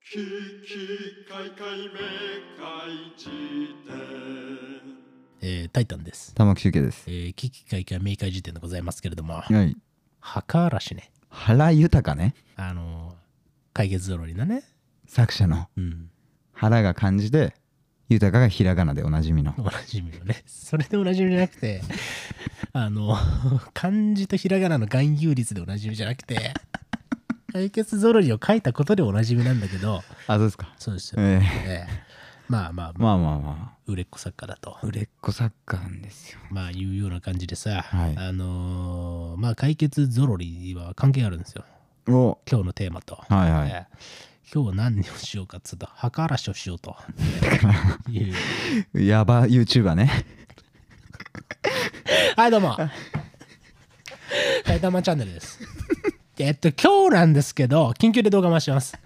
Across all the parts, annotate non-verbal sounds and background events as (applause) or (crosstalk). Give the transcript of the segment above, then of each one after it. ききかいかいめかいじ典えータイタンです。玉木周家です。えー、危機開会明快時点でございますけれども、はい。墓嵐ね。原豊ね。あのー、解決ぞろりのね。作者のうん。原が漢字で、豊がひらがなでおなじみの。おなじみのね。それでおなじみじゃなく (laughs) て、あの、漢字とひらがなの含有率でおなじみじゃなくて、解決ぞろりを書いたことでおなじみなんだけど、あ、そうですか。そうですよ。ええええまあまあ、まあまあま売れっ子作家だと。あ。売れっ子作家なんですよ。まあいうような感じでさ、はいあのーまあ解決ぞろりは関係あるんですよ。お今日のテーマと。はいはい。ええ今日は何をしようかっつうと、墓嵐をしよう (laughs) と。いうやば YouTuber ね。はい、どう (laughs) も。タイタマンチャンネルです。えっと、今日なんですけど、緊急で動画回します。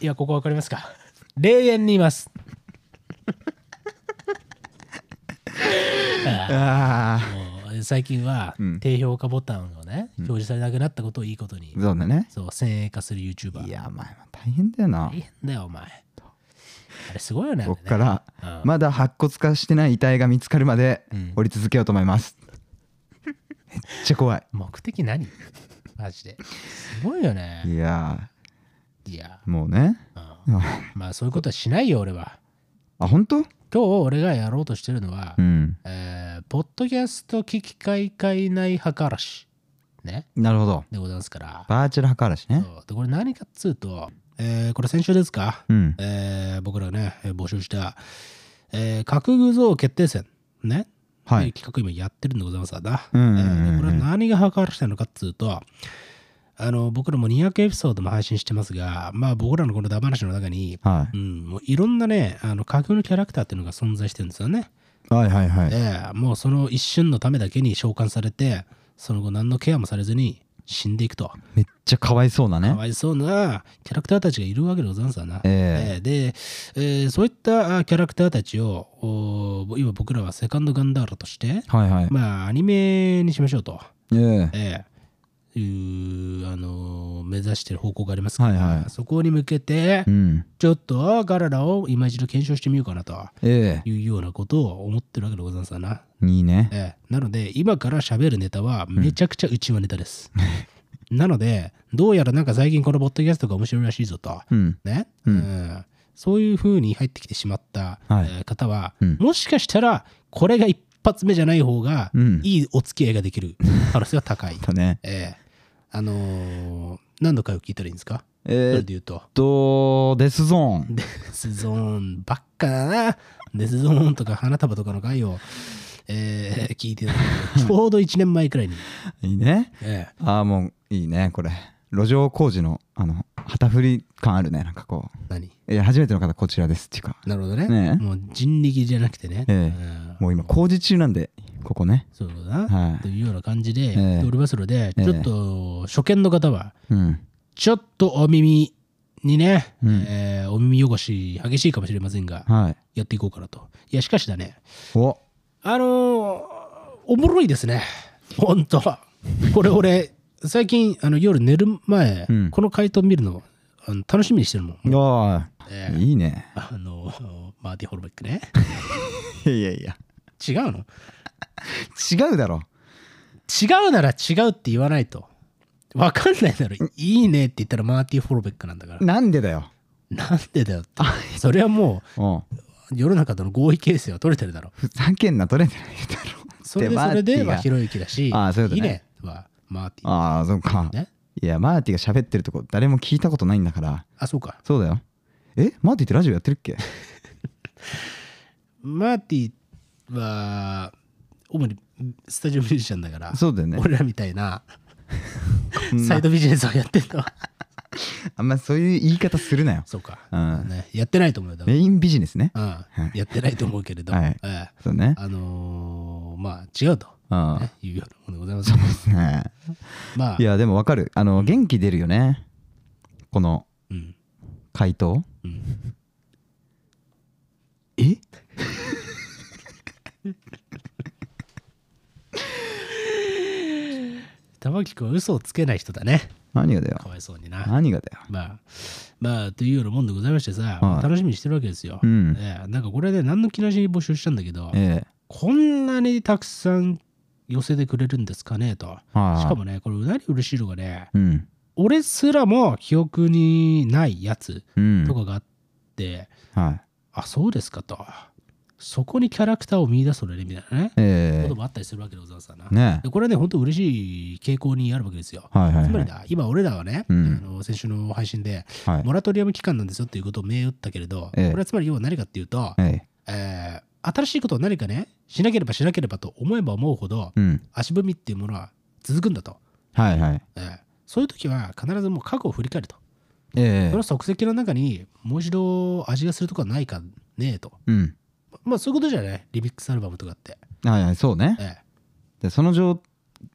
いや、ここわかりますか霊園にいます。あもう最近は、うん低評価ボタンをね、表示されなくなったことをいいことに、あ。そうだね。そう、先鋭化する YouTuber。いや、まあ大変だよな大。変だよ、お前。あれすごいよね。あれこねっからうん、まだ白骨化してない遺体が見つかるまでうん、掘り続けようと思います。めっちゃ怖い。目的何マジで。すごいよね。いやいや、ー、もうね。うん (laughs) あ、まあそういうことはしないよ、俺は。本当今日俺がやろうとしてるのは、うん。えーポッドキャスト聞き会会内墓嵐ねなるほど。でございますからバーチャル墓嵐ね。そうでこれ何かっつうと、えーこれ先週ですか、うん。えー僕らがねえー募集した、えー、核偶像決定戦ねはいってう企画今やってるんでございますわな、うんうんうんうんえーでこれは何が墓嵐なのかっつうとあの僕らも200エピソードも配信してますがまあ僕らのこのダバナシの中にはうい。ん、もういろんなね、あの架空のキャラクターっていうのが存在してるんですよね。はいはいはい。ええもうその一瞬のためだけに召喚されてその後何のケアもされずに死んでいくとめっちゃかわいそうなかね。わいそうなキャラクターたちがいるわけでございますわな、えええで、ええそういったあキャラクターたちをお今僕らはセカンドガンダーラとしてはいはい。まあアニメにしましょうと、ええ。ええいうあのー目指してる方向がありますから、はいはいそこに向けてうん。ちょっとガララを今一度検証してみようかなとえいうようなことを思ってるわけでございますわなえ。いいね。ええなので今から喋るネタはめちゃくちゃうちわネタです。 (laughs) なのでどうやらなんか最近このポッドキャストが面白いらしいぞと、うん。ねうんうんそういう風に入ってきてしまった、はいえー方は、うんもしかしたらこれが一発目じゃない方がうんいいお付き合いができる可能性が高い。だね。ええあのー何の回を聞いたらいいんですかそえれーでっ言うと。と、デスゾーン。デスゾーンばっかだな。デスゾーンとか花束とかの回を、えー聞いてたんだけどちょうど1年前くらいに、いいね。ええああ、もういいね、これ。路上工事の、あの、旗振り感あるね。なんかこ何う。えー初めての方、こちらですっていうか。なるほどねねえもう人力じゃなくてね。えうえんもう今、工事中なんで、ここね。そうだな、はいというような感じでえやっておりますので、えちょっと初見の方は、うん。ちょっとお耳にね、うんえーお耳汚し激しいかもしれませんが、はい。やっていこうかなと。いや、しかしだね、おあのーおもろいですね。ほんと。これ俺、最近あの夜寝る前、うんこの回答見るのあの楽しみにしてるもん。おーええいいね。あのーマーティ・ホルベックね。いやいやいや。違うの違うだろ。違うなら違うって言わないと。わかんないだろ。いいねって言ったらマーティ・ホルベックなんだから。なんでだよ。なんでだよって。それはもおうう世の中との合意形成は取れてるだろ。ふざけんな、取れてないだろ。それででそれでマはひーティがろゆきだし、あーそういうこいいとねねはマーティ。ああ、そっか。ね、いや、マーティが喋ってるとこ誰も聞いたことないんだから。あ、そうか。そうだよ。えマーティってラジオやってるっけマーティは主にスタジオミュージシャンだから、そうだよね。俺らみたい (laughs) なうんサイドビジネスをやってん (laughs) のはあんまそういう言い方するなよ。そうか、うんね、やってないと思うよだかメインビジネスね。ら、はうん、やってないと思うけれど、はいええそうね。あのーまあ違うと、うん。ねいうようなものでございます (laughs) ねまあいや、でもわかる。あの、元気出るよね。このうん回答。うん、え玉木君は嘘をつけない人だね何がだよかわいそうにな。何がだよまあ、まあ、というようなもんでございましてさ、はい楽しみにしてるわけですよ。うんええなんかこれで何の気なしに募集したんだけど、ええこんなにたくさん寄せてくれるんですかねと。はあしかもね、これうなり嬉しいのがね、うん俺すらも記憶にないやつうんとかがあって、はいあ、そうですかと。そこにキャラクターを見出すのね、みたいなね、こえともあったりするわけでございますからな。えねでこれはね、本当嬉しい傾向にあるわけですよ。えはいはいつまはりいだ、今俺らはね、うんあの先週の配信で、はいモラトリアム期間なんですよっていうことを銘打ったけれど、ええこれはつまり要は何かっていうと、えええー新しいことを何かね、しなければしなければと思えば思うほど、うん足踏みっていうものは続くんだと。はいはいえーそういう時は必ずもう過去を振り返ると。えそえの即席の中にもう一度味がするとこはないかねえと。うんまあそういうことじゃない。リミックスアルバムとかって。はいはいそうねえーでその状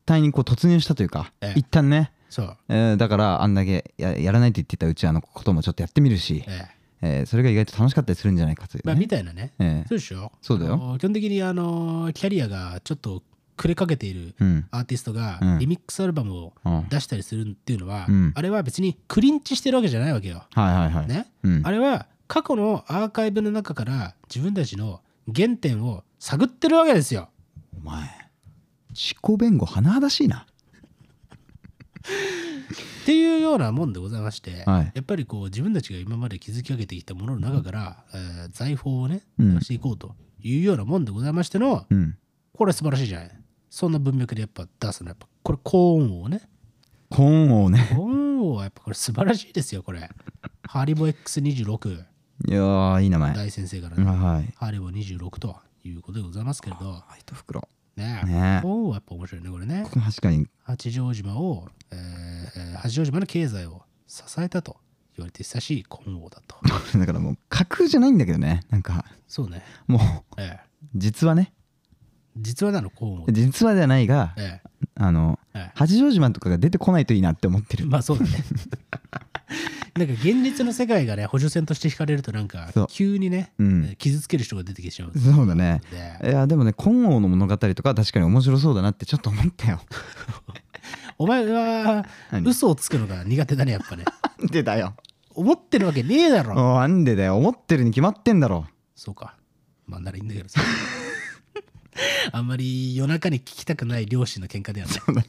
態にこう突入したというかええ一旦ねそう。えーだからあんだけややらないって言ってたうちあのこともちょっとやってみるしえ、ーえーそれが意外と楽しかったりするんじゃないかというまあね、みたいなね。えそうでしょそうだよあの基本的にあのキャリアがちょっとくれかけているえうんアーティストがうんリミックスアルバムをうん出したりするっていうのは、うんあれは別にクリンチしてるわけじゃないわけよ。はいはいはい、ね、うん、あれは過去のアーカイブの中から自分たちの原点を探ってるわけですよ。お前自己弁護甚だしいなっていうようなもんでございまして、はいやっぱりこう自分たちが今まで築き上げてきたものの中から、えー財宝をねうん出していこうというようなもんでございましての、うんこれは素晴らしいじゃない。そんな文脈でやっぱ出すのはやっぱこれ高音をねコーンをね高音をやっぱこれ素晴らしいですよこれ。ハリボ X26 いやーいい名前大先生からね、はいハリボ26ということでございますけれど、はいと袋ねねえ高音はやっぱ面白いねこれね。確かに (laughs) 八丈島を、えーえー八丈島の経済を支えたと言われて久しい金王だと。だからもう架空じゃないんだけどねなんかそうね。もうええ、実はね実はなの金王。実はではないがえあのええ八丈島とかが出てこないといいなって思っえ、て (laughs) るまあそうだね。なんか現実の世界がね補助線として引かれるとなんかそう急にね、うんえー傷つける人が出てきてしまうのそうだねいでやでもね金王の物語とかは確かに面白そうだなってちょっと思ったよお前は何嘘をつくのが苦手だねやっぱねなんでだよ思ってるわけねえだろおなんでだよ思ってるに決まってんだろそうか。まあならいいんだけどさ。 (laughs) あんまり夜中に聞きたくない両親の喧嘩ではない。そうだね。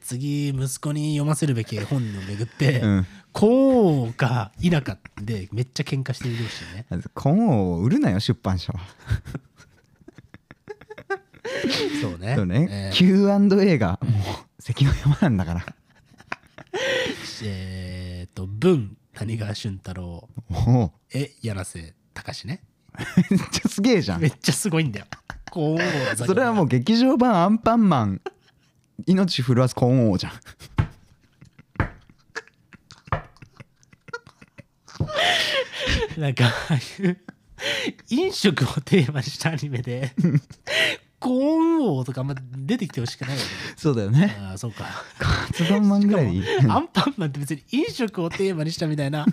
次、息子に読ませるべき絵本をめぐって、うんこうか否かでめっちゃ喧嘩してる両親ね。金王を売るなよ出版社はそうね。そうえね、ー Q&A がもう関の山なんだからえーっと、文、谷川俊太郎、おおえ、柳瀬隆ね。めっちゃすげえじゃんめっちゃすごい (laughs) んだよ。こうそれはもう劇場版アンパンマン命震わすコーン王じゃんなんか、あ (laughs) あいう飲食をテーマにしたアニメで、コーン王とかあんま出てきてほしくないよね。そうだよ (laughs) ねああ、そうか。カツ丼マンぐらいでいいアンパンマンって別に飲食をテーマにしたみたいな、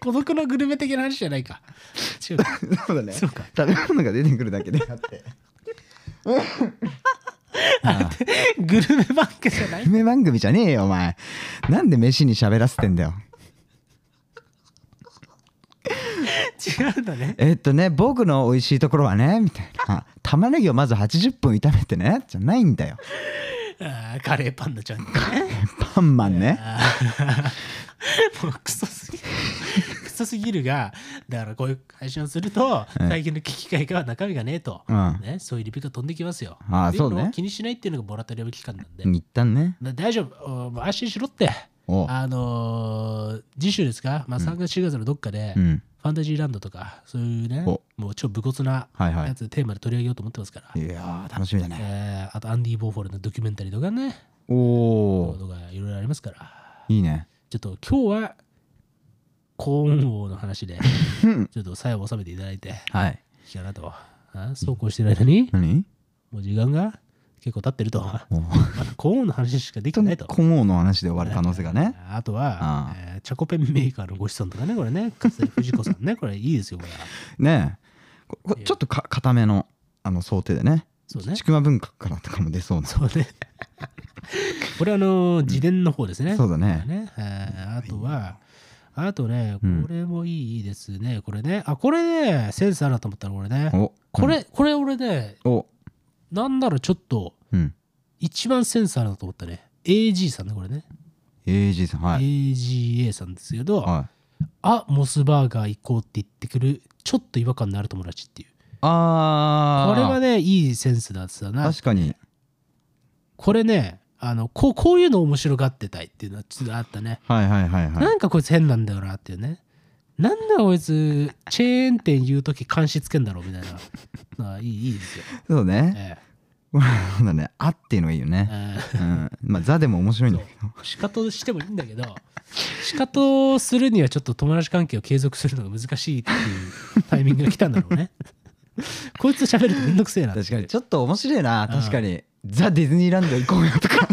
孤独のグルメ的な話じゃないか。違うか。そうだねそう食かべ物が出てくるだけであってグルメ番組じゃない夢番組じゃねえよお前なんで飯に喋らせてんだよ違うんだね。えっとね僕の美味しいところはねみたいな玉ねぎをまず80分炒めてねじゃないんだよああ、カレーパンダちゃんね。パンマンねああもうクソすぎる。クソすぎるが、だからこういう配信をすると、ええ最近の危機会が中身がねえと。うんね、そういうリピが飛んできますよ。ああっていのをそうね気にしないっていうのがボラタリアム期間なんで。一旦ねだ大丈夫、おもう安心しろって。おうあのー次週ですか、まあ、3月、4月のどっかで、フうんァンタジーランドとか、そういうね、おもう超武骨なはいはいやつ、テーマで取り上げようと思ってますから。いやー楽しみだねえーあと、アンディ・ボーフォルのドキュメンタリーとかね、おおとかいろいろありますから。いいねちょっと今日はコーン王の話 (laughs) で、うんちょっと最後収めていただいて、はいいいかなと。あそうこうしてる間に、何もう時間が結構経ってると。まおうだコーンの話しかできてないと。コモの話で終わる可能性がねあとはあ、えーチョコペンメーカーのご子孫とかね、 (laughs) これね、葛西藤子さんね、これいいですよ、これは。ねえここちょっとか固めのあの想定でねそうねちくま文化からとかも出そうな。そうねこれはあの自伝の方ですね、そうだね。ね、はいあとは、あとね、うんこれもいいですね、これね。あ、これね、センスあるなと思ったの、これね。おこれ、これ俺ね、おなんならちょっと、うん。一番センスあるなと思ったね。AG さんね、これね。 AG さん、はい。 AGA さんですけど、はい、あ、モスバーガー行こうって言ってくる、ちょっと違和感のある友達っていう。あこーれはね、いいセンスだったな。確かに。これね、あのこうこういうの面白がってたいっていうのはちょっとあったね。はいはいはいはい。なんかこいつ変なんだよなっていうね。なんだこいつ、チェーン店言うとき監視つけんだろうみたい (laughs) な。まあいい、いいですよ。そうね。えそうだね。あっていうのがいいよえね。えうん。まあ、ザでも面白いんだけど。え仕方してもいいんだけど、仕方するにはちょっと友達関係を継続するのが難しいっていうタイミングが来たんだろう (laughs) ね。こいつ喋るとめんどくせえなって。確かに。ちょっと面白いな。確かに。ザ・ディズニーランド行こうよとか。 (laughs)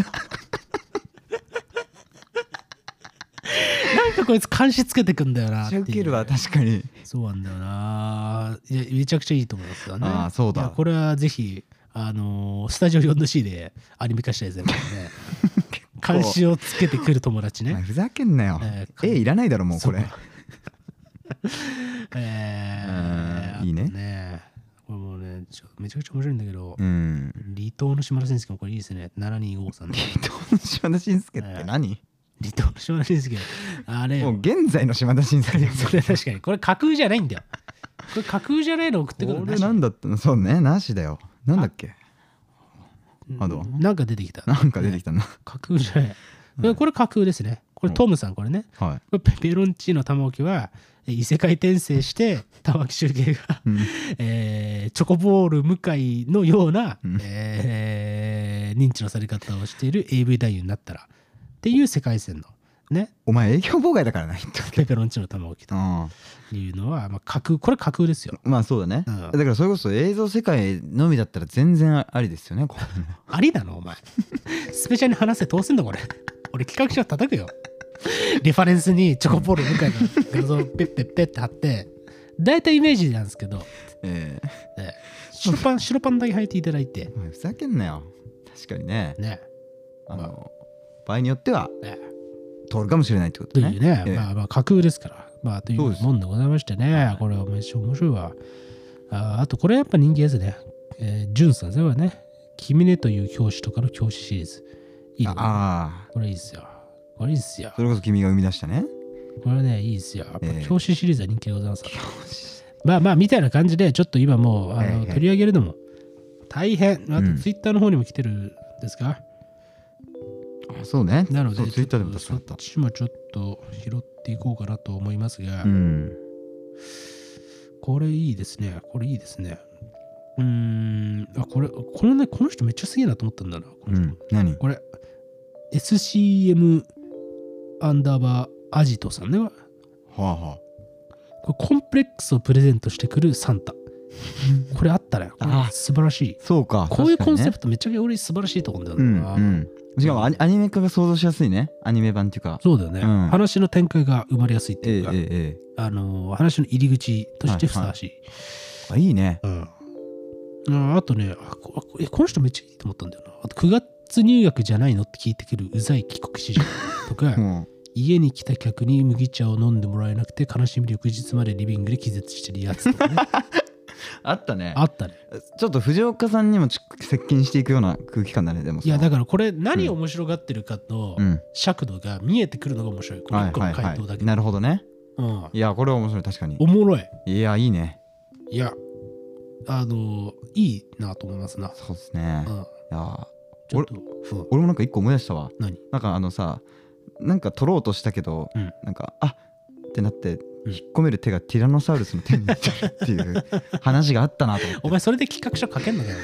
なんかこいつ監視つけてくんだよなってシいャう。ウケるは確かに。そうなんだよな。いや、めちゃくちゃいいと思いますよね。あーそうだいやこれはぜひ、あのースタジオ 4C でアニメ化したいですね。こ (laughs) れね監視をつけてくる友達お前ね。ふざけんなよえー。か絵いらないだろ、もうこれ。えうー、んいいねあとこれもうね、ちょめちゃくちゃ面白いんだけど、うん。 (laughs) 離島の島田先生もこれいいですね。725さんの。島田紳介って何離島の島田先生。あれ、もう現在の島田紳介だよそれ確かに。これ架空じゃないんだよ。これ架空じゃないの送ってくるのこれなしなんだったのそうね、なしだよ。なんだっけあとはなんか出てきた。なんか出てきたな。架空じゃない。これこれ架空ですね。これトムさん、これね。はい。これペペロンチーノ玉置きはえ異世界転生して (laughs) 玉置周慶が、うんえーチョコボール向井のような、うんえー認知のされ方をしている AV 男優になったらっていう世界線のねお前営業妨害だからな、言っとくけペペロンチーノ玉置きどというのは、まあ、架空これ架空ですよまあそうだね。うんだからそれこそ映像世界のみだったら全然ありですよね、こうい (laughs) うのありなのお前スペシャルに話せ通せんだこれ俺企画書叩くよリファレンスにチョコボール向井の画像をペッペッペッって貼って大体イメージなんですけどえね白パン白パンだけ履いていただいてえお前ふざけんなよ。確かにね。ねあまあの、場合によってはね通るかもしれないってことといね。うね、ええまあまあ架空ですからまあといそううですもんでございましてねこれはめっちゃ面白いわあーあとこれやっぱ人気ですねえージュンさんですねこれね「君ね」という教師とかの教師シリーズいいねああ、これいいっすよこれいいっすよそれこそ君が生み出したね。これねいいっすよやっぱええ教師シリーズは人気でございますからまあまあみたいな感じでちょっと今もうあのええ取り上げるのも大変あとうんツイッターの方にも来てるんですか、あそうね。なのでそう、ツイッターでも確ちかょにっあとそっっちもちょっと拾っていこうかなと思いますが、た。うん。これいいですねこれいいですねうーんあこれこれねこの人めっちゃすげえなと思ったんだなこうの人ん。何これ SCM アンダーバーアジトさんねはあはこれコンプレックスをプレゼントしてくるサンタこれあったねこれあ素晴らしいあ。そうか。こういうコンセト。プトめっちゃけ俺素晴らしいと思うんだような、ん。うん。しかもアニアニメ化が想像しやすいね。アニメ版っていうか。そうだよね、うん話の展開が生まれやすいってえいええうか、ええあのー話の入り口としてふさわしい、え。あ、いいね。うん、ああとねあこあこえこの人めっちゃいいと思ったんだよなあと9月入学じゃないのって聞いてくるうざい帰国子 (laughs) 女とか、うん。家に来た客に麦茶を飲んでもらえなくて悲しみで翌日までリビングで気絶してるやつと (laughs) かねあったね。あったねちょっと藤岡さんにもち接近していくような空気感だねでもいやだかからこれ何を面白がってるかと、うん尺度が見えてくるのが面白いこのは1い個はのい回答だはけいで、なるほどねうんいやこれは面白い確かにおもろいいやいいねいやあのいいなと思いますな、そうですねうん、いやちょっと、うん俺もなんか一個思い出したわ何なんかあのさなんか取ろうとしたけどうんなんかあってなってうん引っ込める手がティラノサウルスの手になってるっていう (laughs) 話があったなと思ってお前それで企画書書けんのかよ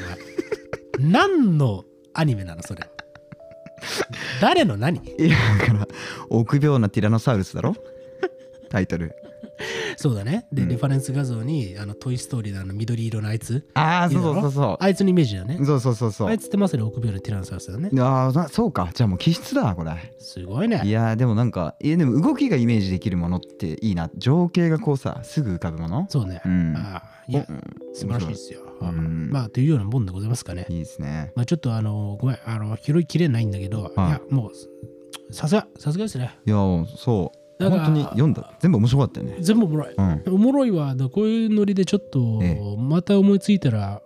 お (laughs) 前何のアニメなのそれ誰の何 (laughs) いやだから臆病なティラノサウルスだろタイトルそうだねで、レファレンス画像にあのトイ・ストーリーのあの緑色のあいつああいるそうだろそうそうそあいつのイメージだよねうそうそうそうそあういつってまさに臆病なティラノサウルスだねああなそうかじゃあもう気質だこれすごいねいやーでもなんかえでも動きがイメージできるものっていいな情景がこうさすぐ浮かぶものそうね、うんああいやおうん素晴らしいですよ、面白いうんまあというようなもんでございますかねいいですねまあちょっとあのごめんあの拾いきれないんだけど、い、やもうさすがさすがですねいやーそうなん本か当に読んだ全部面白かったよね全部おもろい、うんおもろいわだこういうノリでちょっと、えまた思いついたら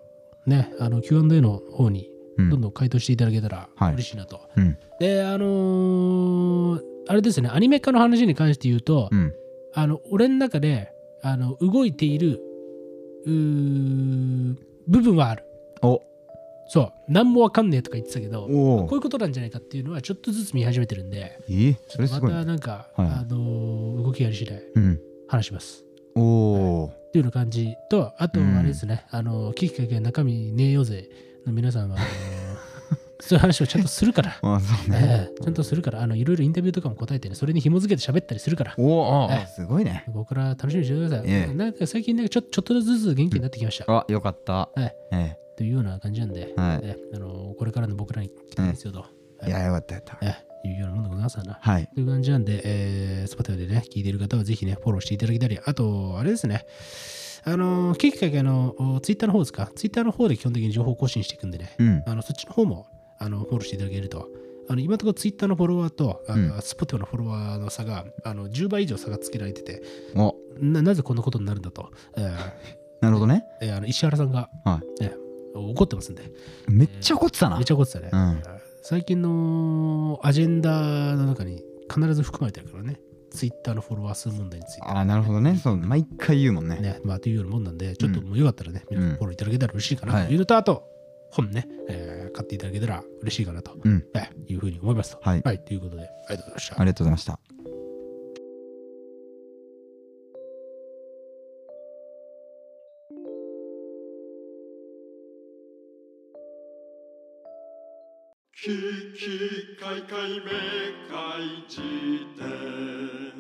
ねあの Q&A の方にうどんんどん回答していただけたらはい嬉しいなと、うんであのーあれですねアニメ化の話に関して言うと、うんあの俺の中であの動いているうー部分はあるおそう何もわかんねえとか言ってたけどおこういうことなんじゃないかっていうのはちょっとずつ見始めてるんでえーちそょれっとますごいたねなんか、はいあのー動きやり次第うん話しますおおっていうような感じとあとうんあれですね、あの危機解決中身ねえよぜの皆さんはあの (laughs) そういう話をちゃんとするから、ーあそう (laughs) ねええちゃんとするからあのいろいろインタビューとかも答えてねそれに紐付けて喋ったりするからおおええすごいね僕ら楽しみにしてください、ええなんか最近ねちょちょっとずつ元気になってきました、あよかったはいえというような感じなんで、はいええあのこれからの僕らに期待ですよと、えいやよかったよかったええいうようなもんでございますわなはいという感じなんで、えー、Spotify でね、聞いている方はぜひね、フォローしていただけたり、あと、あれですね、あのー、ケーキ会のお Twitter の方ですか、Twitter の方で基本的に情報更新していくんでね、うんあのそっちの方もあのフォローしていただけると、あの今のところ Twitter のフォロワーと、あの Spotify のフォロワーの差があの10倍以上差がつけられてて、おななぜこんなことになるんだと、えーなるほどねえーあの石原さんが、はえー怒ってますんで、いめっちゃ怒ってたなめっちゃ怒ってたね。うん最近のアジェンダの中に必ず含まれてるからね、ツイッターのフォロワー数問題について。あーなるほどねそう毎回言うもんねね、まあというようなもんなんで、ちょっとうんもうよかったらね、皆さうんんフォローいただけたら嬉しいかなはいというのと、あと、本ね、えー買っていただけたら嬉しいかなと、うんえーいうふうに思いますと。はいはい、ということで、ありがとうございましたあ。りがとうございました危機開会明会辞典